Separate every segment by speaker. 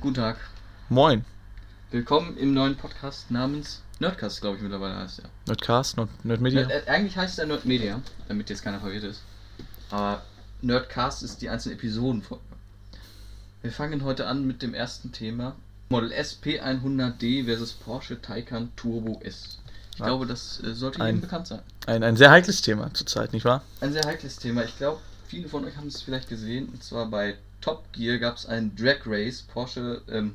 Speaker 1: Guten Tag.
Speaker 2: Moin.
Speaker 1: Willkommen im neuen Podcast namens Nerdcast, glaube ich mittlerweile heißt er.
Speaker 2: Nerdcast, Nerd,
Speaker 1: Nerd,
Speaker 2: Nerdmedia.
Speaker 1: äh, eigentlich heißt er Nerdmedia, damit jetzt keiner verwirrt ist. Aber Nerdcast ist die einzelnen Episoden von. Wir fangen heute an mit dem ersten Thema. Model S P100D versus Porsche Taycan Turbo S. Ich
Speaker 2: Ja.
Speaker 1: glaube, das äh, sollte
Speaker 2: Ein-
Speaker 1: jedem bekannt sein.
Speaker 2: Ein, ein sehr heikles Thema zurzeit, nicht wahr?
Speaker 1: Ein sehr heikles Thema. Ich glaube, viele von euch haben es vielleicht gesehen. Und zwar bei Top Gear gab es einen Drag Race Porsche ähm,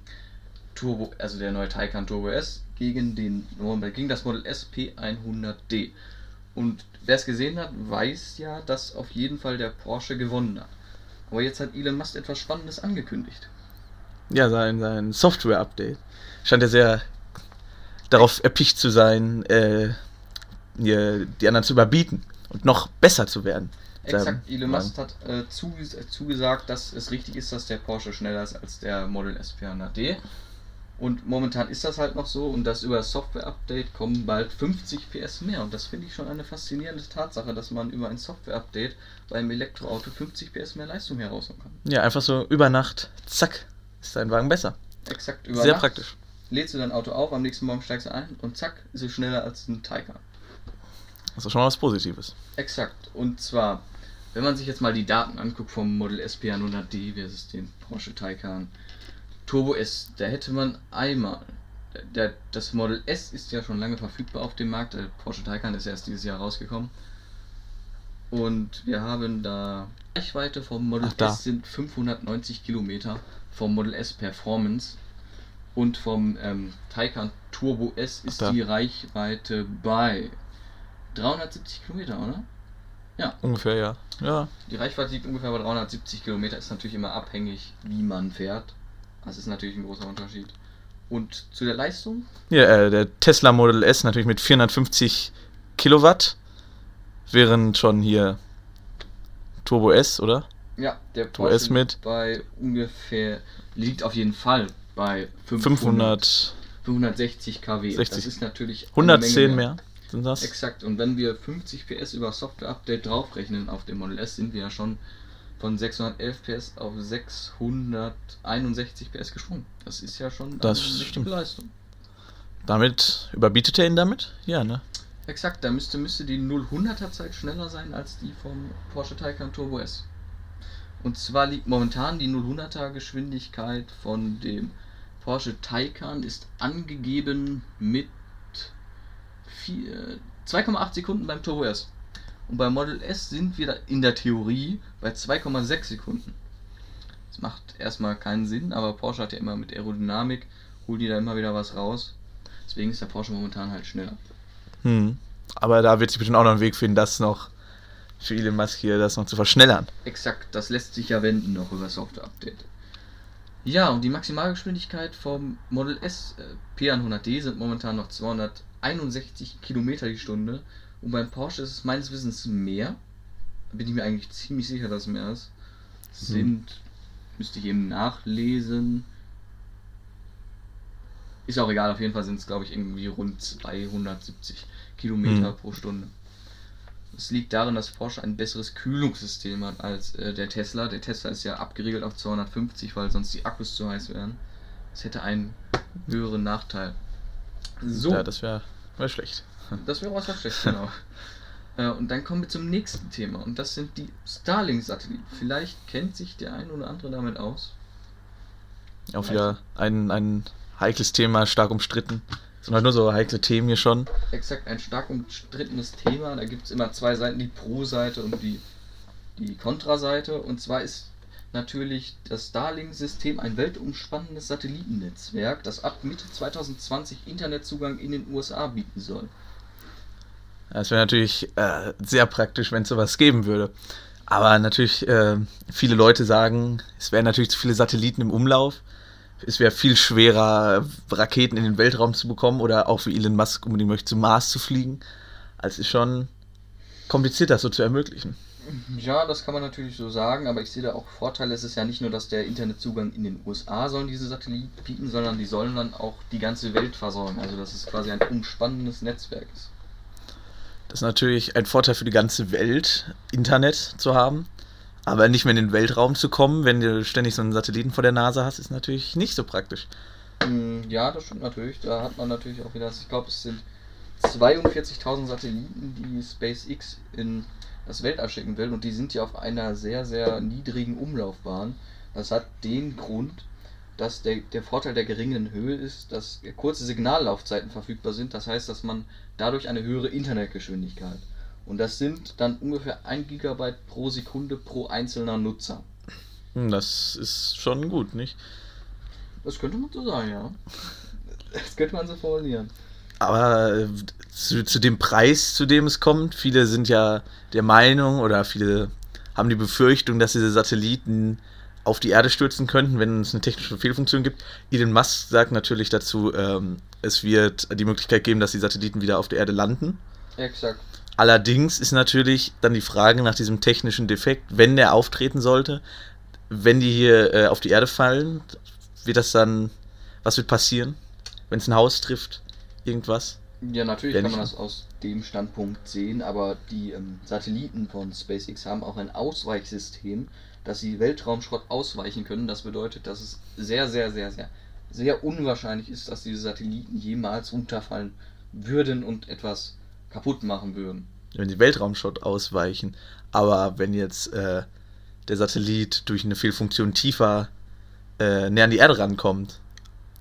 Speaker 1: Turbo, also der neue Taycan Turbo S, gegen, den, gegen das Model S P100D. Und wer es gesehen hat, weiß ja, dass auf jeden Fall der Porsche gewonnen hat. Aber jetzt hat Elon Musk etwas Spannendes angekündigt.
Speaker 2: Ja, sein, sein Software-Update. Scheint ja sehr darauf erpicht zu sein, äh, die, die anderen zu überbieten und noch besser zu werden.
Speaker 1: Exakt, Elon
Speaker 2: Mann.
Speaker 1: Musk hat äh, zuges äh, zugesagt, dass es richtig ist, dass der Porsche schneller ist als der Model S 400D. Und momentan ist das halt noch so und das über das Software-Update kommen bald 50 PS mehr. Und das finde ich schon eine faszinierende Tatsache, dass man über ein Software-Update beim Elektroauto 50 PS mehr Leistung herausholen kann.
Speaker 2: Ja, einfach so über Nacht, zack, ist dein Wagen besser.
Speaker 1: Exakt über
Speaker 2: sehr
Speaker 1: Nacht
Speaker 2: praktisch.
Speaker 1: lädst du dein Auto auf, am nächsten Morgen steigst du ein und zack, ist es schneller als ein Taycan.
Speaker 2: Das ist Also schon mal was Positives.
Speaker 1: Exakt. Und zwar, wenn man sich jetzt mal die Daten anguckt vom Model S P100D versus den Porsche Taycan Turbo S, da hätte man einmal. Der, das Model S ist ja schon lange verfügbar auf dem Markt. Der Porsche Taycan ist erst dieses Jahr rausgekommen. Und wir haben da Reichweite vom Model
Speaker 2: Ach, da.
Speaker 1: S sind 590 Kilometer, vom Model S Performance und vom ähm, Taycan Turbo S ist
Speaker 2: Ach, da.
Speaker 1: die Reichweite bei 370 Kilometer, oder?
Speaker 2: Ungefähr, ja. Ja,
Speaker 1: Die Reichweite liegt ungefähr bei 370 Kilometer, ist natürlich immer abhängig, wie man fährt. Das ist natürlich ein großer Unterschied. Und zu der Leistung?
Speaker 2: Ja, äh, der Tesla Model S natürlich mit 450 Kilowatt, während schon hier Turbo S, oder?
Speaker 1: Ja, der
Speaker 2: Turbo S mit?
Speaker 1: bei ungefähr liegt auf jeden Fall bei 500,
Speaker 2: 500,
Speaker 1: 560 kW. Das
Speaker 2: 60.
Speaker 1: ist natürlich eine
Speaker 2: 110
Speaker 1: Menge
Speaker 2: mehr sind das.
Speaker 1: Exakt. Und wenn wir 50 PS über Software-Update draufrechnen auf dem Model S, sind wir ja schon von 611 PS auf 661 PS gesprungen. Das ist ja schon
Speaker 2: Das
Speaker 1: eine richtige
Speaker 2: stimmt.
Speaker 1: Leistung.
Speaker 2: Damit, überbietet er ihn damit? Ja, ne?
Speaker 1: Exakt, da müsste, müsste die 0-100er Zeit schneller sein als die vom Porsche Taycan Turbo S. Und zwar liegt momentan die 0-100er Geschwindigkeit von dem Porsche Taycan ist angegeben mit vier- 2,8 Sekunden beim Turbo S. Und beim Model S sind wir da in der Theorie bei 2,6 Sekunden. Das macht erstmal keinen Sinn, aber Porsche hat ja immer mit Aerodynamik, holen die da immer wieder was raus. Deswegen ist der Porsche momentan halt schneller.
Speaker 2: Hm. Aber da wird sich bestimmt auch noch ein Weg finden, das noch für Elon Musk hier das noch zu verschnellern.
Speaker 1: Exakt, das lässt sich ja wenden noch über Software-Update. Ja, und die Maximalgeschwindigkeit vom Model S äh, P100D sind momentan noch 261 Kilometer die Stunde. Und beim Porsche ist es meines Wissens mehr. Da Bin ich mir eigentlich ziemlich sicher, dass es mehr ist. Sind, müsste ich eben nachlesen. Ist auch egal, auf jeden Fall sind es, glaube ich, irgendwie rund 270 Kilometer
Speaker 2: Hm.
Speaker 1: pro Stunde. Es liegt darin, dass Porsche ein besseres Kühlungssystem hat als äh, der Tesla. Der Tesla ist ja abgeriegelt auf 250, weil sonst die Akkus zu heiß wären. Das hätte einen höheren Nachteil. So,
Speaker 2: Ja,
Speaker 1: das,
Speaker 2: das wäre wär schlecht.
Speaker 1: wäre auch schlecht, genau. Äh, Und dann kommen wir zum nächsten Thema und das sind die Starlink-Satelliten. Vielleicht kennt sich der ein oder andere damit aus.
Speaker 2: Auch wieder ein, ein heikles Thema, stark umstritten. Es sind halt nur so heikle Themen hier schon.
Speaker 1: Exakt ein stark umstrittenes Thema. Da gibt es immer zwei Seiten, die Pro-Seite und die, die Kontra-Seite. Und zwar ist natürlich das Starlink-System ein weltumspannendes Satellitennetzwerk, das ab Mitte 2020 Internetzugang in den USA bieten soll.
Speaker 2: Es wäre natürlich äh, sehr praktisch, wenn es sowas geben würde. Aber natürlich, äh, viele Leute sagen, es wären natürlich zu viele Satelliten im Umlauf. Es wäre viel schwerer, Raketen in den Weltraum zu bekommen oder auch wie Elon Musk unbedingt möchte, zum Mars zu fliegen. Also es ist schon kompliziert, das so zu ermöglichen.
Speaker 1: Ja, das kann man natürlich so sagen, aber ich sehe da auch Vorteile. Es ist ja nicht nur, dass der Internetzugang in den USA sollen diese Satelliten bieten, sondern die sollen dann auch die ganze Welt versorgen. Also dass es quasi ein umspannendes Netzwerk ist.
Speaker 2: Das ist natürlich ein Vorteil für die ganze Welt, Internet zu haben. Aber nicht mehr in den Weltraum zu kommen, wenn du ständig so einen Satelliten vor der Nase hast, ist natürlich nicht so praktisch.
Speaker 1: Mm, Ja, das stimmt natürlich. Da hat man natürlich auch wieder, ich glaube, es sind 42.000 Satelliten, die SpaceX in das Weltall schicken will und die sind ja auf einer sehr, sehr niedrigen Umlaufbahn. Das hat den Grund, dass der, der Vorteil der geringen Höhe ist, dass kurze Signallaufzeiten verfügbar sind. Das heißt, dass man dadurch eine höhere Internetgeschwindigkeit. Und das sind dann ungefähr 1 Gigabyte pro Sekunde pro einzelner Nutzer.
Speaker 2: Hm, Das ist schon gut, nicht?
Speaker 1: Das könnte man so sagen, ja. Das könnte man so formulieren.
Speaker 2: Aber äh, zu, zu dem Preis, zu dem es kommt, viele sind ja der Meinung oder viele haben die Befürchtung, dass diese Satelliten auf die Erde stürzen könnten, wenn es eine technische Fehlfunktion gibt. Elon Musk sagt natürlich dazu, ähm, es wird die Möglichkeit geben, dass die Satelliten wieder auf der Erde landen.
Speaker 1: Exakt.
Speaker 2: Allerdings ist natürlich dann die Frage nach diesem technischen Defekt, wenn der auftreten sollte, wenn die hier äh, auf die Erde fallen, wird das dann, was wird passieren? Wenn es ein Haus trifft, irgendwas?
Speaker 1: Ja, natürlich
Speaker 2: Wenn
Speaker 1: kann man
Speaker 2: ich-
Speaker 1: das aus dem Standpunkt sehen, aber die ähm, Satelliten von SpaceX haben auch ein Ausweichsystem, dass sie Weltraumschrott ausweichen können. Das bedeutet, dass es sehr, sehr, sehr, sehr, sehr unwahrscheinlich ist, dass diese Satelliten jemals runterfallen würden und etwas kaputt machen würden.
Speaker 2: wenn die Weltraumschrott ausweichen. Aber wenn jetzt äh, der Satellit durch eine Fehlfunktion tiefer äh, näher an die Erde rankommt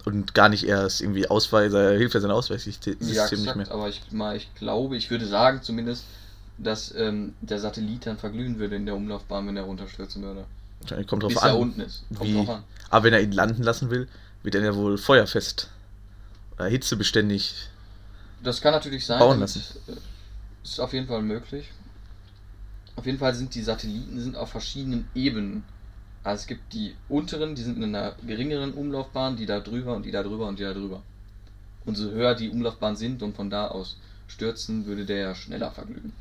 Speaker 2: und gar nicht erst irgendwie Ausweiser, hilft ja sein Ausweichsystem
Speaker 1: Ja,
Speaker 2: nicht
Speaker 1: exakt,
Speaker 2: mehr.
Speaker 1: aber ich, mal, ich glaube, ich würde sagen zumindest, dass ähm, der Satellit dann verglühen würde in der Umlaufbahn, wenn er runterstürzen würde.
Speaker 2: Äh, Kommt
Speaker 1: Bis
Speaker 2: drauf
Speaker 1: er
Speaker 2: an.
Speaker 1: unten ist.
Speaker 2: wie-
Speaker 1: drauf an.
Speaker 2: Aber wenn er ihn landen lassen will, wird er ja wohl feuerfest. Oder hitzebeständig.
Speaker 1: Das kann natürlich sein.
Speaker 2: Bauen
Speaker 1: das
Speaker 2: lassen.
Speaker 1: ist- äh, Ist auf jeden Fall möglich. Auf jeden Fall sind die Satelliten sind auf verschiedenen Ebenen. Also es gibt die unteren, die sind in einer geringeren Umlaufbahn, die da drüber und die da drüber und die da drüber. Und so höher die Umlaufbahnen sind und von da aus stürzen, würde der ja schneller verglühen.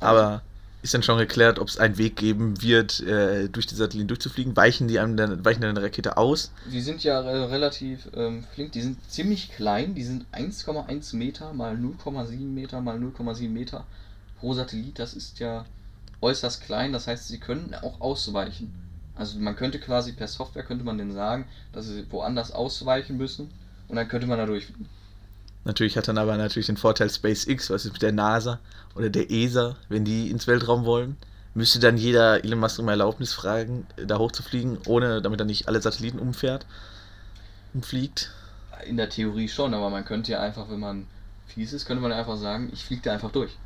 Speaker 2: Aber ist dann schon geklärt, ob es einen Weg geben wird, äh, durch die Satelliten durchzufliegen? Weichen die einem dann, weichen dann eine Rakete aus?
Speaker 1: Die sind ja re- relativ ähm, flink, die sind ziemlich klein, die sind 1,1 Meter mal 0,7 Meter mal 0,7 Meter pro Satellit, das ist ja äußerst klein, das heißt, sie können auch ausweichen. Also man könnte quasi per Software könnte man denen sagen, dass sie woanders ausweichen müssen und dann könnte man da durch.
Speaker 2: Natürlich hat dann aber natürlich den Vorteil SpaceX, was ist mit der NASA oder der ESA, wenn die ins Weltraum wollen, müsste dann jeder Elon Musk um Erlaubnis fragen, da hochzufliegen, ohne damit er nicht alle Satelliten umfährt und fliegt.
Speaker 1: In der Theorie schon, aber man könnte ja einfach, wenn man fies ist, könnte man ja einfach sagen, ich fliege da einfach durch.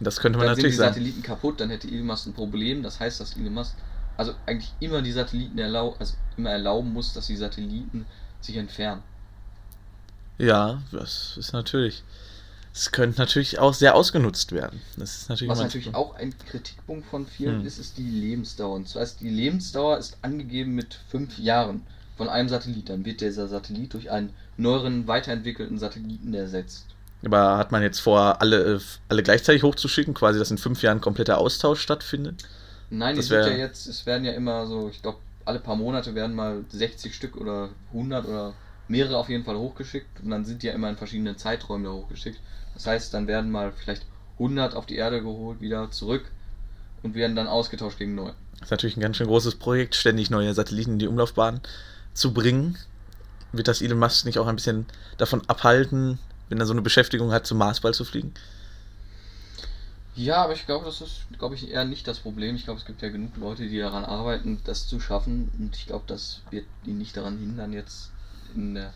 Speaker 2: Das könnte man
Speaker 1: dann sind die
Speaker 2: natürlich sagen.
Speaker 1: Satelliten kaputt, dann hätte Elon Musk ein Problem. Das heißt, dass Elon Musk also eigentlich immer die Satelliten erlau also immer erlauben muss, dass die Satelliten sich entfernen.
Speaker 2: Ja, das ist natürlich. Es könnte natürlich auch sehr ausgenutzt werden. Das ist natürlich
Speaker 1: Was
Speaker 2: immer-
Speaker 1: natürlich auch ein Kritikpunkt von vielen
Speaker 2: Hm.
Speaker 1: ist, ist die Lebensdauer. Und zwar ist die Lebensdauer ist angegeben mit fünf Jahren von einem Satellit. Dann wird dieser Satellit durch einen neueren, weiterentwickelten Satelliten ersetzt.
Speaker 2: Aber hat man jetzt vor, alle, äh, alle gleichzeitig hochzuschicken, quasi, dass in fünf Jahren kompletter Austausch stattfindet?
Speaker 1: Nein,
Speaker 2: Das
Speaker 1: die sind
Speaker 2: wär-
Speaker 1: ja jetzt, es werden ja immer so, ich glaube, alle paar Monate werden mal 60 Stück oder 100 oder mehrere auf jeden Fall hochgeschickt und dann sind die ja immer in verschiedenen Zeiträumen da hochgeschickt. Das heißt, dann werden mal vielleicht 100 auf die Erde geholt, wieder zurück und werden dann ausgetauscht gegen neu.
Speaker 2: Das ist natürlich ein ganz schön großes Projekt, ständig neue Satelliten in die Umlaufbahn zu bringen. Wird das Elon Musk nicht auch ein bisschen davon abhalten, wenn er so eine Beschäftigung hat, zum Marsball zu fliegen?
Speaker 1: Ja, aber ich glaube, das ist, glaube ich, eher nicht das Problem. Ich glaube, es gibt ja genug Leute, die daran arbeiten, das zu schaffen. Und ich glaube, das wird ihn nicht daran hindern, jetzt in der,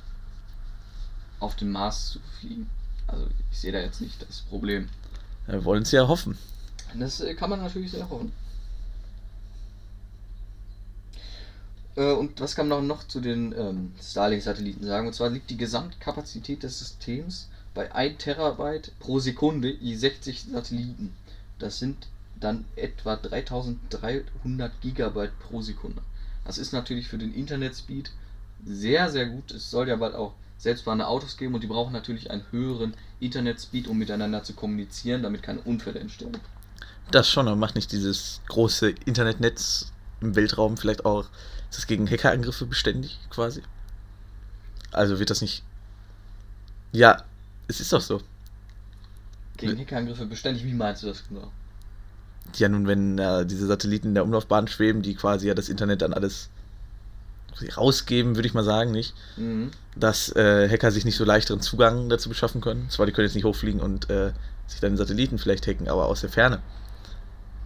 Speaker 1: auf den Mars zu fliegen. Also ich sehe da jetzt nicht das Problem.
Speaker 2: Wir wollen es ja hoffen.
Speaker 1: Das äh, kann man natürlich sehr hoffen. Äh, Und was kann man noch zu den ähm, Starlink-Satelliten sagen? Und zwar liegt die Gesamtkapazität des Systems bei 1 Terabyte pro Sekunde je 60 Satelliten. Das sind dann etwa 3300 Gigabyte pro Sekunde. Das ist natürlich für den Internetspeed sehr, sehr gut. Es soll ja bald auch selbstfahrende Autos geben und die brauchen natürlich einen höheren Internetspeed, um miteinander zu kommunizieren, damit keine Unfälle entstehen.
Speaker 2: Das schon, aber macht nicht dieses große Internetnetz im Weltraum vielleicht auch, ist das gegen Hackerangriffe beständig quasi? Also wird das nicht. Ja, es ist doch so.
Speaker 1: Gegen Hackerangriffe beständig, wie meinst du das genau?
Speaker 2: die ja nun, wenn äh, diese Satelliten in der Umlaufbahn schweben, die quasi ja das Internet dann alles rausgeben, würde ich mal sagen, nicht?
Speaker 1: Mhm.
Speaker 2: Dass äh, Hacker sich nicht so leichteren Zugang dazu beschaffen können. Zwar, die können jetzt nicht hochfliegen und äh, sich dann den Satelliten vielleicht hacken, aber aus der Ferne.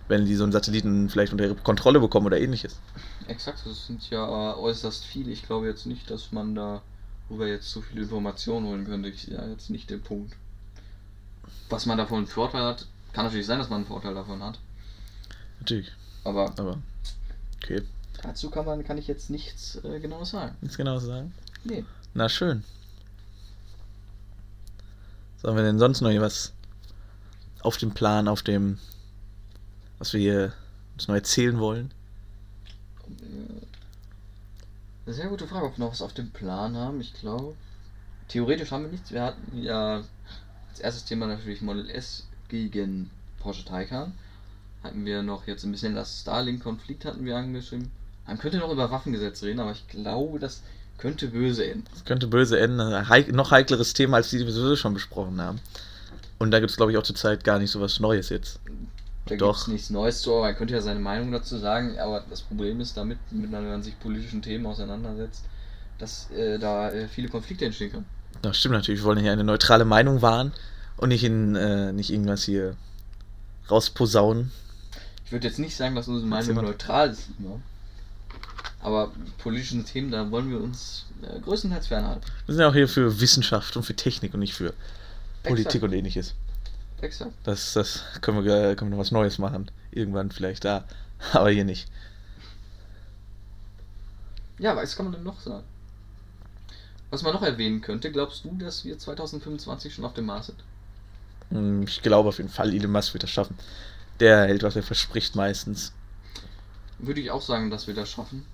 Speaker 2: Wenn die so einen Satelliten vielleicht unter ihre Kontrolle bekommen oder ähnliches.
Speaker 1: Exakt, das sind ja äh, äußerst viele. Ich glaube jetzt nicht, dass man da über jetzt so viele Informationen holen könnte. Ich sehe ja jetzt nicht den Punkt. Was man davon einen Vorteil hat, kann natürlich sein, dass man einen Vorteil davon hat.
Speaker 2: Natürlich,
Speaker 1: Aber
Speaker 2: aber okay,
Speaker 1: dazu kann man kann ich jetzt nichts äh, genaues sagen.
Speaker 2: nichts genaues sagen.
Speaker 1: Nee.
Speaker 2: Na schön. Sollen wir denn sonst noch was auf dem Plan, auf dem, was wir hier uns noch erzählen wollen?
Speaker 1: Eine Sehr gute Frage, ob wir noch was auf dem Plan haben. Ich glaube, theoretisch haben wir nichts. Wir hatten ja als erstes Thema natürlich Model S gegen Porsche Taycan. Hatten wir noch jetzt ein bisschen das Starlink-Konflikt hatten wir angeschrieben. Man könnte noch über Waffengesetz reden, aber ich glaube, das könnte böse enden.
Speaker 2: Das könnte böse enden. Ein heik noch heikleres Thema, als die, die wir sowieso schon besprochen haben. Und da gibt es, glaube ich, auch zurzeit gar nicht so was Neues jetzt.
Speaker 1: Da
Speaker 2: Doch.
Speaker 1: gibt es nichts Neues zu, aber man könnte ja seine Meinung dazu sagen. Aber das Problem ist damit, wenn man sich politischen Themen auseinandersetzt, dass äh, da äh, viele Konflikte entstehen können.
Speaker 2: Das stimmt natürlich. Wir wollen hier eine neutrale Meinung wahren und nicht, in, äh, nicht irgendwas hier rausposaunen.
Speaker 1: Ich würde jetzt nicht sagen, dass unsere
Speaker 2: Jetzt
Speaker 1: Meinung
Speaker 2: sind wir-
Speaker 1: neutral ist, immer. aber politischen Themen, da wollen wir uns äh, größtenteils fernhalten.
Speaker 2: Wir sind ja auch hier für Wissenschaft und für Technik und nicht für Politik
Speaker 1: Exakt.
Speaker 2: und ähnliches.
Speaker 1: Exakt.
Speaker 2: Das, das können, wir, äh, können wir noch was Neues machen. Irgendwann vielleicht da. Aber hier nicht.
Speaker 1: Ja, was kann man denn noch sagen? Was man noch erwähnen könnte, glaubst du, dass wir 2025 schon auf dem Mars sind?
Speaker 2: Hm, Ich glaube auf jeden Fall, Elon Musk wird das schaffen. Der hält, was er verspricht meistens.
Speaker 1: Würde ich auch sagen, dass wir das schaffen.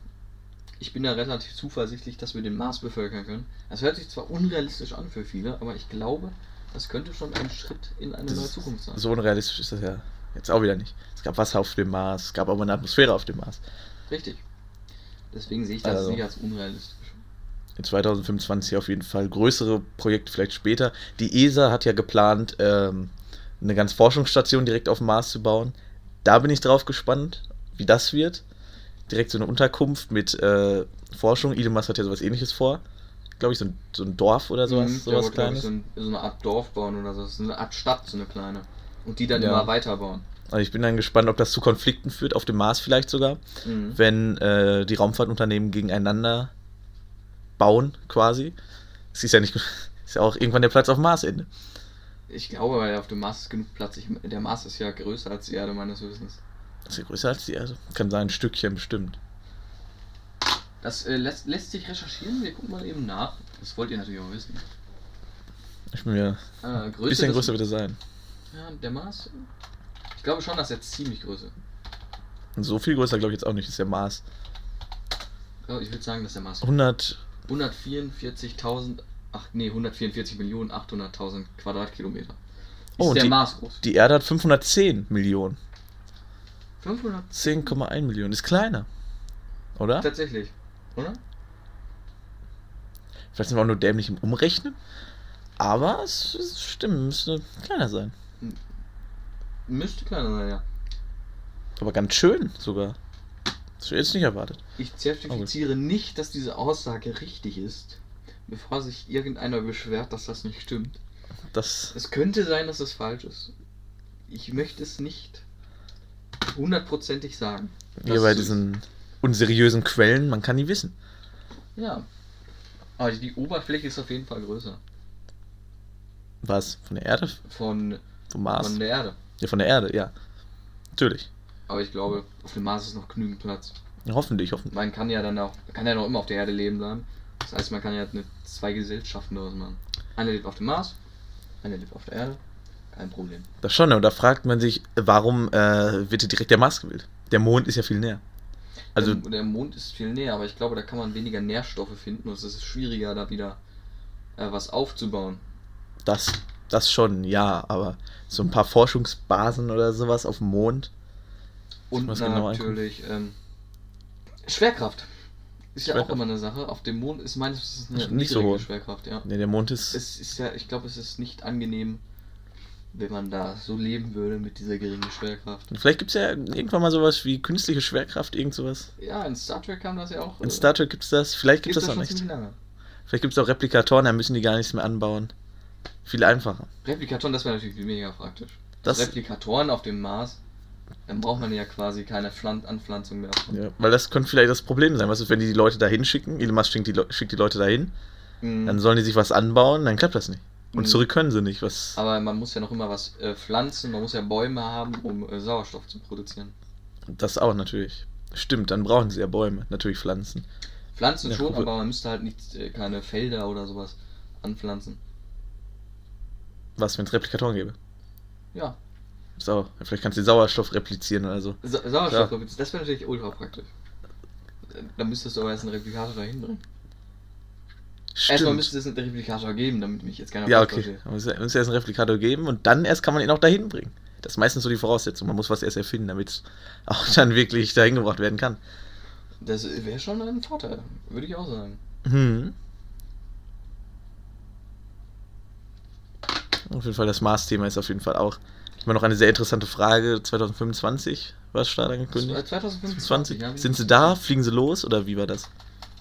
Speaker 1: Ich bin da relativ zuversichtlich, dass wir den Mars bevölkern können. Das hört sich zwar unrealistisch an für viele, aber ich glaube, das könnte schon ein Schritt in eine
Speaker 2: Das
Speaker 1: neue
Speaker 2: ist
Speaker 1: Zukunft sein.
Speaker 2: So unrealistisch ist das ja jetzt auch wieder nicht. Es gab Wasser auf dem Mars, es gab aber eine Atmosphäre auf dem Mars.
Speaker 1: Richtig. Deswegen sehe ich das
Speaker 2: Also.
Speaker 1: nicht als unrealistisch.
Speaker 2: in 2025 auf jeden Fall größere Projekte vielleicht später. Die ESA hat ja geplant, ähm, eine ganze Forschungsstation direkt auf dem Mars zu bauen. Da bin ich drauf gespannt, wie das wird. Direkt so eine Unterkunft mit äh, Forschung. Elon Musk hat ja sowas ähnliches vor. Glaube ich, so ein, so ein Dorf oder sowas,
Speaker 1: Mhm, der
Speaker 2: sowas
Speaker 1: wollte, glaub ich,
Speaker 2: kleines.
Speaker 1: So, ein, so eine Art Dorf bauen oder so. So eine Art Stadt, so eine kleine. Und die dann
Speaker 2: Ja.
Speaker 1: immer weiterbauen.
Speaker 2: Also ich bin dann gespannt, ob das zu Konflikten führt, auf dem Mars vielleicht sogar.
Speaker 1: Mhm.
Speaker 2: wenn äh, die Raumfahrtunternehmen gegeneinander bauen, quasi. Es ist ja nicht, ist ja auch irgendwann der Platz auf dem Marsende.
Speaker 1: Ich glaube, weil auf dem Mars ist genug Platz. Ich, der Mars ist ja größer als die Erde, meines Wissens.
Speaker 2: Ist ja größer als die Erde. Kann sein, ein Stückchen bestimmt.
Speaker 1: Das äh, lässt, lässt sich recherchieren. Wir gucken mal eben nach. Das wollt ihr natürlich auch wissen.
Speaker 2: Ich bin mir
Speaker 1: Äh, Größe
Speaker 2: ein bisschen
Speaker 1: des-
Speaker 2: größer wird er sein.
Speaker 1: Ja, der Mars. Ich glaube schon, dass er ziemlich größer
Speaker 2: Und so viel größer glaube ich jetzt auch nicht, ist der Mars.
Speaker 1: Ich glaub, Ich würde sagen, dass der Mars
Speaker 2: 100,
Speaker 1: 144.000, ach nee, 144.800.000 Quadratkilometer. Ist
Speaker 2: Oh, und
Speaker 1: der
Speaker 2: die-
Speaker 1: Mars groß?
Speaker 2: die Erde hat 510 Millionen.
Speaker 1: 500.
Speaker 2: 10,1 Millionen. Ist kleiner. Oder?
Speaker 1: Tatsächlich, oder?
Speaker 2: Vielleicht sind wir auch nur dämlich im Umrechnen. Aber es, es stimmt, müsste kleiner sein.
Speaker 1: Müsste kleiner sein, ja.
Speaker 2: Aber ganz schön sogar. Das hätte ich jetzt nicht erwartet.
Speaker 1: Ich zertifiziere nicht, dass diese Aussage richtig ist, bevor sich irgendeiner beschwert, dass das nicht stimmt.
Speaker 2: Das
Speaker 1: Es könnte sein, dass es falsch ist. Ich möchte es nicht hundertprozentig sagen.
Speaker 2: Hier
Speaker 1: Das
Speaker 2: bei
Speaker 1: ist-
Speaker 2: diesen unseriösen Quellen, man kann die wissen.
Speaker 1: Ja. Aber die Oberfläche ist auf jeden Fall größer.
Speaker 2: Was? Von der Erde?
Speaker 1: Von,
Speaker 2: Vom Mars?
Speaker 1: von der Erde.
Speaker 2: ja, von der Erde, ja. Natürlich.
Speaker 1: Aber ich glaube, auf dem Mars ist noch genügend Platz.
Speaker 2: Hoffentlich, hoffentlich.
Speaker 1: Man kann ja dann auch, kann ja noch immer auf der Erde leben bleiben. Das heißt, man kann ja eine, zwei Gesellschaften daraus machen. Eine lebt auf dem Mars, eine lebt auf der Erde. Kein Problem.
Speaker 2: Das schon, und da fragt man sich, warum äh, wird hier direkt der Mars gewählt? Der Mond ist ja viel näher. Also,
Speaker 1: der, der Mond ist viel näher, aber ich glaube, da kann man weniger Nährstoffe finden und es ist schwieriger, da wieder äh, was aufzubauen.
Speaker 2: das, das schon, ja, aber so ein paar Forschungsbasen oder sowas auf dem Mond.
Speaker 1: Und
Speaker 2: muss genau angucken.
Speaker 1: natürlich ähm, Schwerkraft. Ist ja auch
Speaker 2: Schwerkraft.
Speaker 1: immer eine Sache. Auf dem Mond ist meines Wissens eine
Speaker 2: Nicht so
Speaker 1: niedrige
Speaker 2: hoch.
Speaker 1: Schwerkraft, ja.
Speaker 2: Ne, der Mond ist.
Speaker 1: Es ist ja, ich glaube, es ist nicht angenehm, wenn man da so leben würde mit dieser geringen Schwerkraft.
Speaker 2: Und vielleicht gibt es ja irgendwann mal sowas wie künstliche Schwerkraft, irgend sowas.
Speaker 1: Ja, in Star Trek kam das ja auch.
Speaker 2: In
Speaker 1: äh,
Speaker 2: Star Trek gibt es das, vielleicht gibt
Speaker 1: gibt
Speaker 2: es
Speaker 1: das
Speaker 2: das auch
Speaker 1: schon
Speaker 2: nicht.
Speaker 1: ziemlich lange.
Speaker 2: Vielleicht gibt es auch Replikatoren, da müssen die gar nichts mehr anbauen. Viel einfacher.
Speaker 1: Replikatoren, das wäre natürlich mega praktisch.
Speaker 2: Das-
Speaker 1: Replikatoren auf dem Mars, dann braucht man ja quasi keine Pflan Anpflanzung mehr.
Speaker 2: Ja, weil das könnte vielleicht das Problem sein. Was ist, wenn die die Leute dahin schicken? Elon Musk schickt die, Le- schickt die Leute dahin,
Speaker 1: Mhm.
Speaker 2: dann sollen die sich was anbauen, dann klappt das nicht. Und
Speaker 1: Mhm.
Speaker 2: zurück können sie nicht. Was?
Speaker 1: Aber man muss ja noch immer was äh, pflanzen, man muss ja Bäume haben, um äh, Sauerstoff zu produzieren.
Speaker 2: Das auch natürlich. Stimmt, dann brauchen sie ja Bäume, natürlich Pflanzen.
Speaker 1: Pflanzen
Speaker 2: Ja,
Speaker 1: schon,
Speaker 2: cool.
Speaker 1: aber man müsste halt nicht äh, keine Felder oder sowas anpflanzen.
Speaker 2: Was, wenn es Replikatoren gäbe?
Speaker 1: Ja,
Speaker 2: Ist auch. Vielleicht kannst du den Sauerstoff replizieren oder so.
Speaker 1: Sa Sauerstoff, das wäre natürlich ultra praktisch. Äh, Dann müsstest du aber erst einen Replikator dahin bringen. Erstmal
Speaker 2: Stimmt.
Speaker 1: müsste es einen Replikator geben, damit mich jetzt keiner
Speaker 2: Ja,
Speaker 1: falsch
Speaker 2: okay.
Speaker 1: versteht.
Speaker 2: Man muss, ja- muss erst einen Replikator geben und dann erst kann man ihn auch dahin bringen. Das ist meistens so die Voraussetzung. Man muss was erst erfinden, damit es auch dann wirklich dahin gebracht werden kann.
Speaker 1: Das wäre schon ein Vorteil, würde ich auch sagen.
Speaker 2: Hm. Auf jeden Fall, das Mars-Thema ist auf jeden Fall auch immer noch eine sehr interessante Frage. 2025 war es stark angekündigt.
Speaker 1: 2025
Speaker 2: 20?
Speaker 1: ja, wie-
Speaker 2: Sind sie da? Fliegen sie los? Oder wie war das?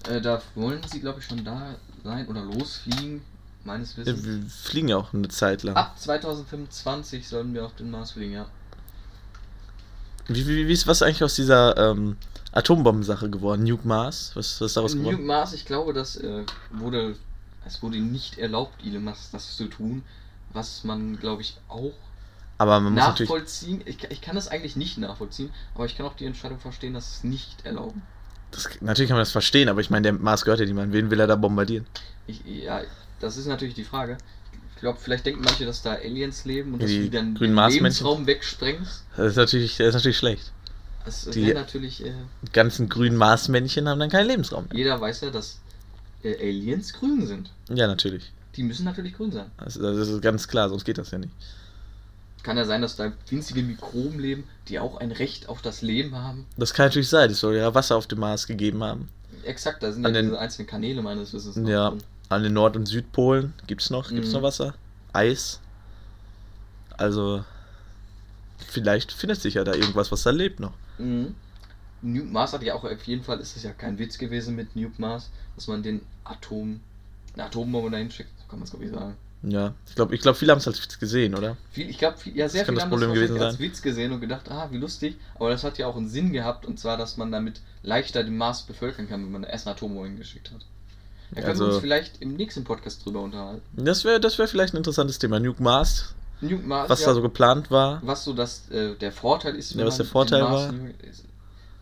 Speaker 1: Äh, da wollen sie, glaube ich, schon da sein oder losfliegen, meines
Speaker 2: Ja,
Speaker 1: Wissens.
Speaker 2: wir fliegen ja auch eine Zeit lang.
Speaker 1: Ab 2025 sollen wir auf den Mars fliegen, ja.
Speaker 2: Wie, wie, wie ist was eigentlich aus dieser ähm, Atombombensache geworden? Nuke Mars? Was, was ist daraus
Speaker 1: In
Speaker 2: geworden?
Speaker 1: Nuke Mars, ich glaube, das äh, wurde, es wurde ihm nicht erlaubt, Elon Musk das zu tun, was man, glaube ich, auch
Speaker 2: Aber man muss natürlich.
Speaker 1: nachvollziehen. Ich, ich kann das eigentlich nicht nachvollziehen, aber ich kann auch die Entscheidung verstehen, dass es nicht erlauben.
Speaker 2: Das, natürlich kann man das verstehen, aber ich meine, der Mars gehört ja niemandem. Wen will er da bombardieren?
Speaker 1: Ich, ja, das ist natürlich die Frage. Ich glaube, vielleicht denken manche, dass da Aliens leben und
Speaker 2: Ja,
Speaker 1: dass du
Speaker 2: die
Speaker 1: dann
Speaker 2: grünen
Speaker 1: den
Speaker 2: Marsmännchen.
Speaker 1: Lebensraum wegsprengst.
Speaker 2: Das ist natürlich, das ist natürlich schlecht.
Speaker 1: Das
Speaker 2: Die-
Speaker 1: wäre natürlich, äh,
Speaker 2: Die ganzen grünen Marsmännchen haben dann keinen Lebensraum mehr.
Speaker 1: jeder weiß ja, dass äh, Aliens grün sind.
Speaker 2: Ja, natürlich.
Speaker 1: Die müssen natürlich grün sein.
Speaker 2: Das, Also, das ist ganz klar, sonst geht das ja nicht.
Speaker 1: Kann ja sein, dass da winzige Mikroben leben, die auch ein Recht auf das Leben haben.
Speaker 2: Das kann natürlich sein, es soll ja Wasser auf dem Mars gegeben haben.
Speaker 1: Exakt, da sind
Speaker 2: An
Speaker 1: ja
Speaker 2: den-
Speaker 1: diese einzelnen Kanäle meines Wissens. noch
Speaker 2: Ja,
Speaker 1: drin.
Speaker 2: an den Nord- und Südpolen gibt es noch, gibt's
Speaker 1: Mhm.
Speaker 2: noch Wasser, Eis. Also, vielleicht findet sich ja da irgendwas, was da lebt noch.
Speaker 1: Mhm. Nuke Mars hat ja auch auf jeden Fall, ist es ja kein Witz gewesen mit Nuke Mars, dass man den Atom, eine Atombombe dahin schickt, so kann man es glaube ich sagen.
Speaker 2: Ja, ich glaube, ich glaub, viele haben es als gesehen, oder?
Speaker 1: Viel, ich glaube, viel, ja, sehr
Speaker 2: kann
Speaker 1: viele
Speaker 2: das
Speaker 1: haben
Speaker 2: Problem
Speaker 1: das wahrscheinlich
Speaker 2: gewesen
Speaker 1: als
Speaker 2: sein.
Speaker 1: Witz gesehen und gedacht, ah, wie lustig, aber das hat ja auch einen Sinn gehabt und zwar, dass man damit leichter den Mars bevölkern kann, wenn man erst eine Atombombe hingeschickt hat. Da können wir
Speaker 2: Also,
Speaker 1: uns vielleicht im nächsten Podcast drüber unterhalten.
Speaker 2: das wäre das wär vielleicht ein interessantes Thema. Nuke Mars,
Speaker 1: Nuke Mars,
Speaker 2: was
Speaker 1: ja,
Speaker 2: da so geplant war.
Speaker 1: was so das, äh, der Vorteil ist,
Speaker 2: Ja, was der
Speaker 1: den
Speaker 2: Vorteil
Speaker 1: Mars
Speaker 2: war.
Speaker 1: nuke- ist,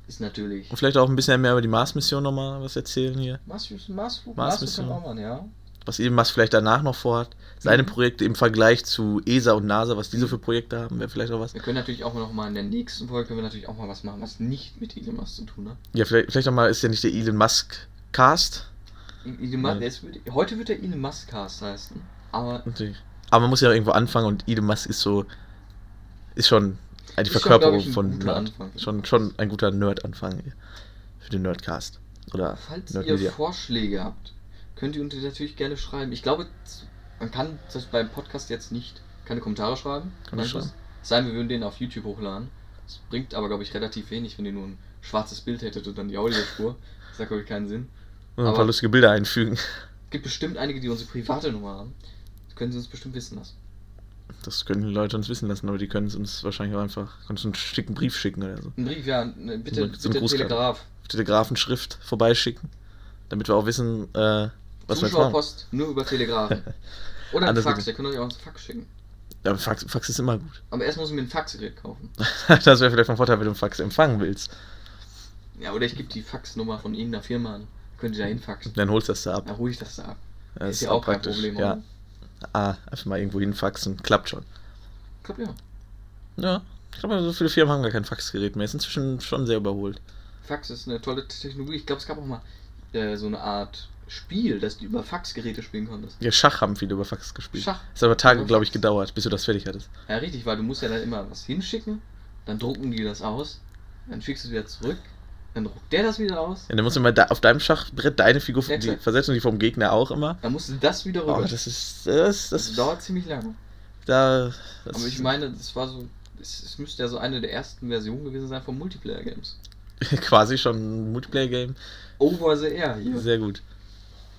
Speaker 1: ist natürlich
Speaker 2: Und vielleicht auch ein bisschen mehr über die Mars-Mission nochmal was erzählen hier.
Speaker 1: Mars, Marsflug,
Speaker 2: Mars-
Speaker 1: Marsflug kann
Speaker 2: Mission.
Speaker 1: man auch machen, ja.
Speaker 2: Was Elon Musk vielleicht danach noch vorhat. Seine
Speaker 1: Mhm.
Speaker 2: Projekte im Vergleich zu ESA und NASA, was die so für Projekte haben, wäre vielleicht auch was.
Speaker 1: Wir können natürlich auch noch mal in der nächsten Folge können wir natürlich auch mal was machen, was nicht mit Elon Musk zu tun hat.
Speaker 2: Ja, vielleicht, vielleicht nochmal ist ja nicht der Elon Musk Cast.
Speaker 1: Elon Musk,
Speaker 2: Ja.
Speaker 1: der ist, heute wird er Elon Musk Cast heißen, aber
Speaker 2: Natürlich. Aber man muss ja irgendwo anfangen und Elon Musk ist so. Ist schon die
Speaker 1: Ist schon,
Speaker 2: Verkörperung
Speaker 1: glaub ich, ein
Speaker 2: von
Speaker 1: guter
Speaker 2: Nerd.
Speaker 1: Anfang.
Speaker 2: Schon, schon ein guter Nerd-Anfang hier für den Nerdcast. Oder
Speaker 1: falls
Speaker 2: Nerd
Speaker 1: ihr
Speaker 2: Media.
Speaker 1: Vorschläge habt, könnt ihr uns die natürlich gerne schreiben. Ich glaube, z- man kann das beim Podcast jetzt nicht keine Kommentare schreiben.
Speaker 2: Kann man
Speaker 1: Nein,
Speaker 2: schreiben.
Speaker 1: es Sei denn, wir würden den auf YouTube hochladen. Das bringt aber glaube ich relativ wenig, wenn ihr nur ein schwarzes Bild hättet und dann die Audiospur. Das hat glaube ich keinen Sinn.
Speaker 2: Nur ein
Speaker 1: aber-
Speaker 2: paar lustige Bilder einfügen.
Speaker 1: Es gibt bestimmt einige, die unsere private Nummer haben. Das können sie uns bestimmt wissen lassen.
Speaker 2: Das können die Leute uns wissen lassen, aber die können es uns wahrscheinlich auch einfach. Können uns einen schicken Brief schicken oder so.
Speaker 1: Ein Brief, ja, ne, bitte,
Speaker 2: So ein
Speaker 1: bitte
Speaker 2: Grußkarte.
Speaker 1: Telegraph.
Speaker 2: Telegrafenschrift vorbeischicken, damit wir auch wissen, äh, was wir jetzt machen.
Speaker 1: Zuschauerpost nur über Telegraf. Oder ein
Speaker 2: Anders
Speaker 1: Fax,
Speaker 2: geht's.
Speaker 1: ihr könnt euch auch einen Fax schicken.
Speaker 2: Ja, Fax, Fax ist immer gut.
Speaker 1: Aber erst muss ich mir ein Faxgerät kaufen.
Speaker 2: das wäre vielleicht ein Vorteil, wenn du einen Fax empfangen willst.
Speaker 1: Ja, oder ich gebe die Faxnummer von irgendeiner Firma an. Könnt ihr da hinfaxen.
Speaker 2: Dann holst du das da ab.
Speaker 1: Da ruhe ich das da ab.
Speaker 2: das
Speaker 1: ist ja auch kein Problem,
Speaker 2: Ja.
Speaker 1: oder?
Speaker 2: Ah, einfach mal irgendwo hinfaxen. Klappt schon.
Speaker 1: Ich glaube ja.
Speaker 2: Ja. Ich glaube, so viele Firmen haben gar kein Faxgerät mehr. Ist inzwischen schon sehr überholt.
Speaker 1: Fax ist eine tolle Technologie. Ich glaube, es gab auch mal äh, so eine Art Spiel, dass du über Faxgeräte spielen konntest.
Speaker 2: Ja, Schach haben viele über Fax gespielt.
Speaker 1: Schach.
Speaker 2: Ist aber Tage,
Speaker 1: Über
Speaker 2: glaube ich,
Speaker 1: Fax.
Speaker 2: gedauert, bis du das fertig hattest.
Speaker 1: Ja, richtig, weil du musst ja dann immer was hinschicken, dann drucken die das aus, dann schickst du es wieder zurück, dann druckt der das wieder aus,
Speaker 2: Ja, dann musst du immer da, auf deinem Schachbrett deine Figur
Speaker 1: Ja,
Speaker 2: die
Speaker 1: klar.
Speaker 2: versetzen, die vom Gegner auch immer.
Speaker 1: dann musst du das wieder
Speaker 2: Oh,
Speaker 1: rüber.
Speaker 2: das ist. Das,
Speaker 1: das
Speaker 2: das,
Speaker 1: dauert ziemlich lange.
Speaker 2: Da, das-
Speaker 1: Aber ich meine, das war so. Es, es müsste ja so eine der ersten Versionen gewesen sein von Multiplayer-Games.
Speaker 2: quasi schon ein Multiplayer-Game.
Speaker 1: Over the Air hier.
Speaker 2: Sehr gut.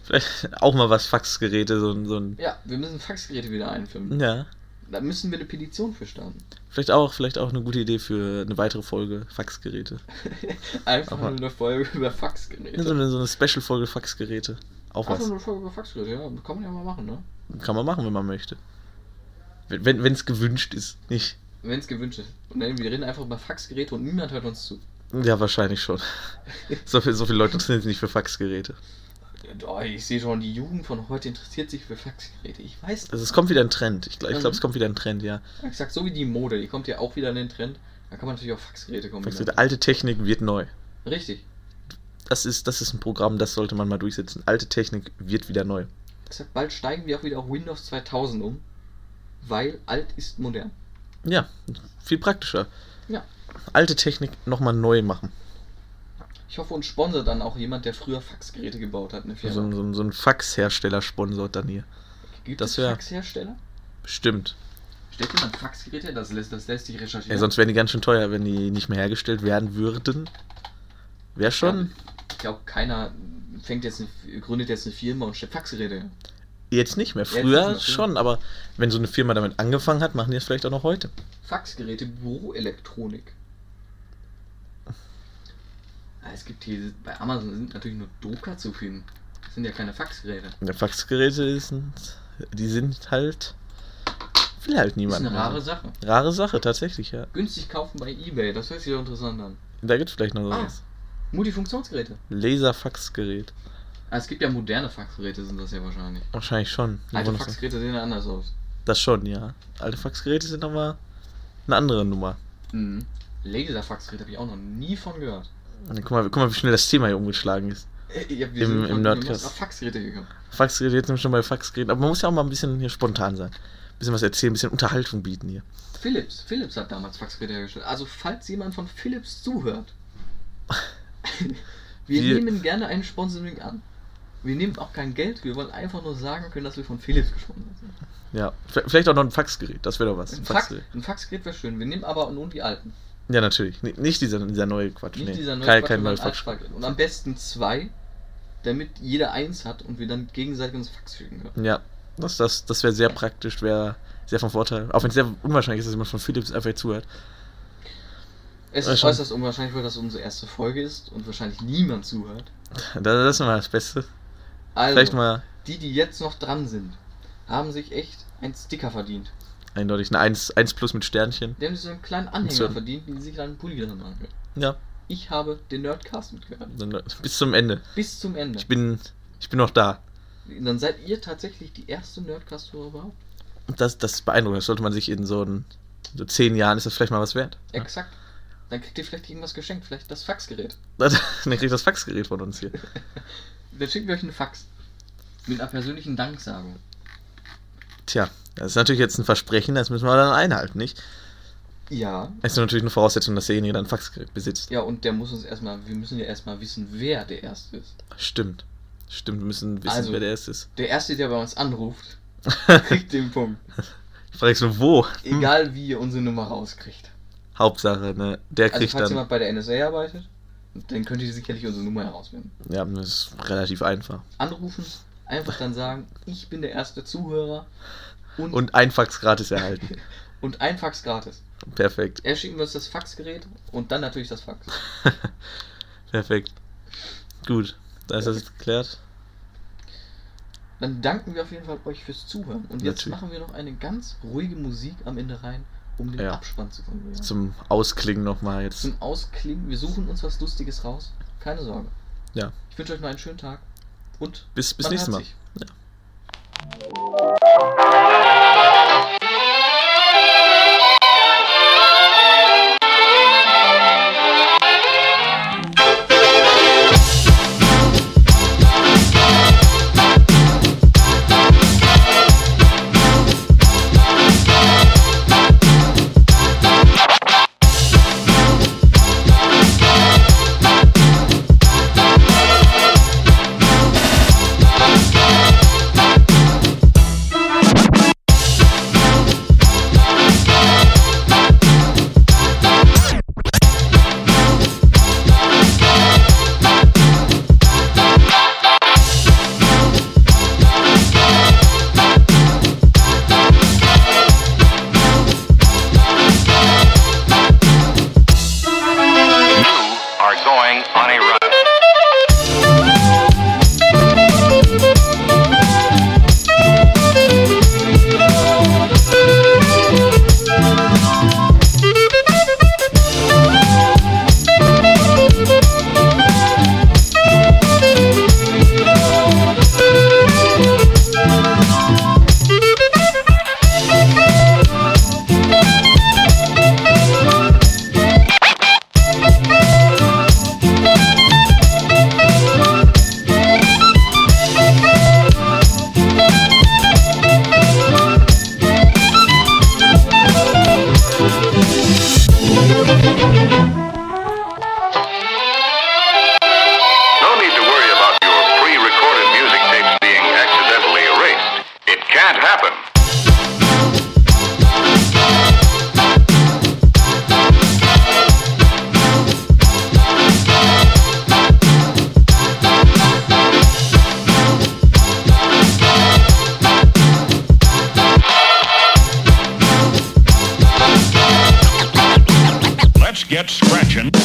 Speaker 2: Vielleicht auch mal was Faxgeräte, so, ein- so ein.
Speaker 1: Ja, wir müssen Faxgeräte wieder einfilmen.
Speaker 2: Ja.
Speaker 1: Da müssen wir eine Petition für starten.
Speaker 2: Vielleicht auch, vielleicht auch eine gute Idee für eine weitere Folge Faxgeräte.
Speaker 1: Einfach
Speaker 2: Aber-
Speaker 1: nur eine Folge über
Speaker 2: Ja, So
Speaker 1: Faxgeräte.
Speaker 2: eine, so eine Special-Folge Faxgeräte. Auch
Speaker 1: Einfach
Speaker 2: was.
Speaker 1: nur eine Folge über Faxgeräte, ja, kann man ja mal machen, ne?
Speaker 2: Kann man machen, wenn man möchte. Wenn es gewünscht ist, nicht.
Speaker 1: Wenn es gewünscht ist. Und dann, wir reden einfach über Faxgeräte und niemand hört uns zu.
Speaker 2: Ja, wahrscheinlich schon. So, viel, so viele Leute sind jetzt nicht für Faxgeräte.
Speaker 1: Oh, ich sehe schon, die Jugend von heute interessiert sich für Faxgeräte. Ich weiß
Speaker 2: Also es kommt wieder ein Trend. Ich, gl- ich
Speaker 1: Mhm.
Speaker 2: glaube, es kommt wieder ein Trend, ja.
Speaker 1: nicht. Ich sag so wie die Mode, die kommt ja auch wieder in den Trend. Da kann man natürlich auch Faxgeräte kommen.
Speaker 2: Faxgeräte, alte Technik wird neu.
Speaker 1: Richtig.
Speaker 2: Das ist, das ist ein Programm, das sollte man mal durchsetzen. Alte Technik wird wieder neu.
Speaker 1: Ich sag, bald steigen wir auch wieder auf Windows 2000 um, weil alt ist modern.
Speaker 2: Ja, viel praktischer.
Speaker 1: Ja.
Speaker 2: Alte Technik nochmal neu machen.
Speaker 1: Ich hoffe, uns sponsert dann auch jemand, der früher Faxgeräte gebaut hat. Eine
Speaker 2: So,
Speaker 1: Firma.
Speaker 2: ein- so, ein- so ein Faxhersteller sponsort dann hier.
Speaker 1: Gibt
Speaker 2: das
Speaker 1: es
Speaker 2: wär-
Speaker 1: Faxhersteller?
Speaker 2: Bestimmt.
Speaker 1: Stellt jemand Faxgeräte? her? Das lässt, das lässt sich recherchieren.
Speaker 2: Ey, sonst wären die ganz schön teuer, wenn die nicht mehr hergestellt werden würden. Wäre schon.
Speaker 1: Ich glaube, keiner fängt jetzt eine, gründet jetzt eine Firma und stellt Faxgeräte. her.
Speaker 2: Jetzt nicht mehr.
Speaker 1: Jetzt
Speaker 2: Früher
Speaker 1: nicht mehr, früher.
Speaker 2: schon, aber wenn so eine Firma damit angefangen hat, machen die es vielleicht auch noch heute.
Speaker 1: Faxgeräte, Büroelektronik. Ah, Es gibt hier, bei Amazon sind natürlich nur Drucker zu finden. Das sind ja keine Faxgeräte.
Speaker 2: Ja, Faxgeräte sind, die sind halt, will halt
Speaker 1: Das ist
Speaker 2: niemand.
Speaker 1: eine
Speaker 2: mehr.
Speaker 1: rare Sache.
Speaker 2: Rare Sache, tatsächlich, ja.
Speaker 1: Günstig kaufen bei Ebay, das hört sich doch interessant an.
Speaker 2: Da gibt's vielleicht noch so
Speaker 1: Ah.
Speaker 2: was.
Speaker 1: Multifunktionsgeräte.
Speaker 2: Laserfaxgerät.
Speaker 1: Ah, es gibt ja moderne Faxgeräte, sind das ja wahrscheinlich.
Speaker 2: Wahrscheinlich schon.
Speaker 1: Alte
Speaker 2: Wunderbar.
Speaker 1: Faxgeräte sehen ja anders aus.
Speaker 2: Das schon, ja. Alte Faxgeräte sind nochmal eine andere Nummer.
Speaker 1: Mhm. Laserfaxgeräte habe ich auch noch nie von gehört.
Speaker 2: Guck mal, guck mal, wie schnell das Thema hier umgeschlagen ist.
Speaker 1: Äh, Ja,
Speaker 2: Im- im
Speaker 1: von-
Speaker 2: Nordkreis.
Speaker 1: wir sind auf Faxgeräte gekommen.
Speaker 2: Faxgeräte, jetzt sind wir schon bei Faxgeräten. Aber man muss ja auch mal ein bisschen hier spontan sein. Ein bisschen was erzählen, ein bisschen Unterhaltung bieten hier.
Speaker 1: Philips, Philips hat damals Faxgeräte hergestellt. Also falls jemand von Philips zuhört, wir,
Speaker 2: Wir-
Speaker 1: nehmen gerne ein Sponsoring an. Wir nehmen auch kein Geld, wir wollen einfach nur sagen können, dass wir von Philips gesponsert sind.
Speaker 2: Ja, v- vielleicht auch noch ein Faxgerät, das wäre doch was.
Speaker 1: Ein, Fax,
Speaker 2: Faxgerät.
Speaker 1: ein Faxgerät wäre schön, wir nehmen aber nur die alten.
Speaker 2: Ja, natürlich. N nicht dieser, dieser neue Quatsch.
Speaker 1: Nicht
Speaker 2: nee.
Speaker 1: dieser neue
Speaker 2: kein,
Speaker 1: Quatsch,
Speaker 2: kein
Speaker 1: sondern
Speaker 2: neues
Speaker 1: ein altes
Speaker 2: Faxgerät.
Speaker 1: Faxgerät. Und am besten zwei, damit jeder eins hat und wir dann gegenseitig uns Fax schicken können.
Speaker 2: Ja, das, das, das wäre sehr praktisch, wäre sehr von Vorteil. Auch wenn es sehr unwahrscheinlich ist, dass jemand von Philips einfach jetzt zuhört.
Speaker 1: Es
Speaker 2: Ja,
Speaker 1: ist
Speaker 2: schon.
Speaker 1: äußerst unwahrscheinlich, weil das unsere erste Folge ist und wahrscheinlich niemand zuhört.
Speaker 2: Das, das ist mal das Beste.
Speaker 1: Also,
Speaker 2: Vielleicht mal
Speaker 1: die, die jetzt noch dran sind, haben sich echt einen Sticker verdient.
Speaker 2: eindeutig eine 1, 1 plus mit Sternchen.
Speaker 1: Die haben sich so einen kleinen Anhänger
Speaker 2: So.
Speaker 1: verdient, den sie sich dann einen Pulli dran machen können.
Speaker 2: Ja,
Speaker 1: Ich habe den Nerdcast mitgehört.
Speaker 2: dann, äh, bis zum Ende.
Speaker 1: Bis zum Ende.
Speaker 2: Ich bin, ich bin noch da.
Speaker 1: Dann seid ihr tatsächlich die erste Nerdcast-Hörer überhaupt.
Speaker 2: Und Das, das ist beeindruckend. Das sollte man sich in so, ein, so zehn Jahren, ist das vielleicht mal was wert. Ja.
Speaker 1: Exakt. Dann kriegt ihr vielleicht irgendwas geschenkt, vielleicht das Faxgerät.
Speaker 2: Das, dann kriegt das Faxgerät von uns hier.
Speaker 1: Dann schicken wir euch einen Fax. Mit einer persönlichen Danksagung.
Speaker 2: Tja, das ist natürlich jetzt ein Versprechen, das müssen wir dann einhalten, nicht?
Speaker 1: Ja.
Speaker 2: Es ist natürlich eine Voraussetzung, dass derjenige dann ein Faxgerät besitzt.
Speaker 1: Ja, und der muss uns erstmal, wir müssen ja erstmal wissen, wer der Erste ist.
Speaker 2: Stimmt. Stimmt, wir müssen wissen,
Speaker 1: Also-
Speaker 2: wer der erste ist.
Speaker 1: Der Erste, der bei uns anruft, kriegt den Punkt.
Speaker 2: Ich frage so, wo? Hm.
Speaker 1: Egal wie ihr unsere Nummer rauskriegt.
Speaker 2: Hauptsache, ne? Der
Speaker 1: Also
Speaker 2: kriegt
Speaker 1: falls
Speaker 2: dann.
Speaker 1: jemand bei der NSA arbeitet, dann könnt ihr sicherlich unsere Nummer herausfinden.
Speaker 2: Ja, das ist relativ einfach.
Speaker 1: Anrufen, einfach dann sagen, ich bin der erste Zuhörer und, und,
Speaker 2: Und ein Fax gratis erhalten.
Speaker 1: ein Fax gratis.
Speaker 2: perfekt,
Speaker 1: Er schicken wir uns das Faxgerät und dann natürlich das Fax.
Speaker 2: perfekt. Gut, da ist das jetzt geklärt.
Speaker 1: Dann danken wir auf jeden Fall euch fürs Zuhören. Und jetzt
Speaker 2: Natürlich.
Speaker 1: machen wir noch eine ganz ruhige Musik am Ende rein, um den
Speaker 2: Ja.
Speaker 1: Abspann zu konsumieren. Zum,
Speaker 2: Zum Ausklingen nochmal jetzt.
Speaker 1: Zum Ausklingen, wir suchen uns was Lustiges raus. Keine Sorge.
Speaker 2: Ja.
Speaker 1: Ich wünsche euch noch einen schönen Tag und
Speaker 2: Bis, bis
Speaker 1: man
Speaker 2: nächstes
Speaker 1: hört
Speaker 2: Mal.
Speaker 1: sich.
Speaker 3: going on a run. No need to worry about your pre-recorded music tapes being accidentally erased. It can't happen.
Speaker 4: Let's get scratching.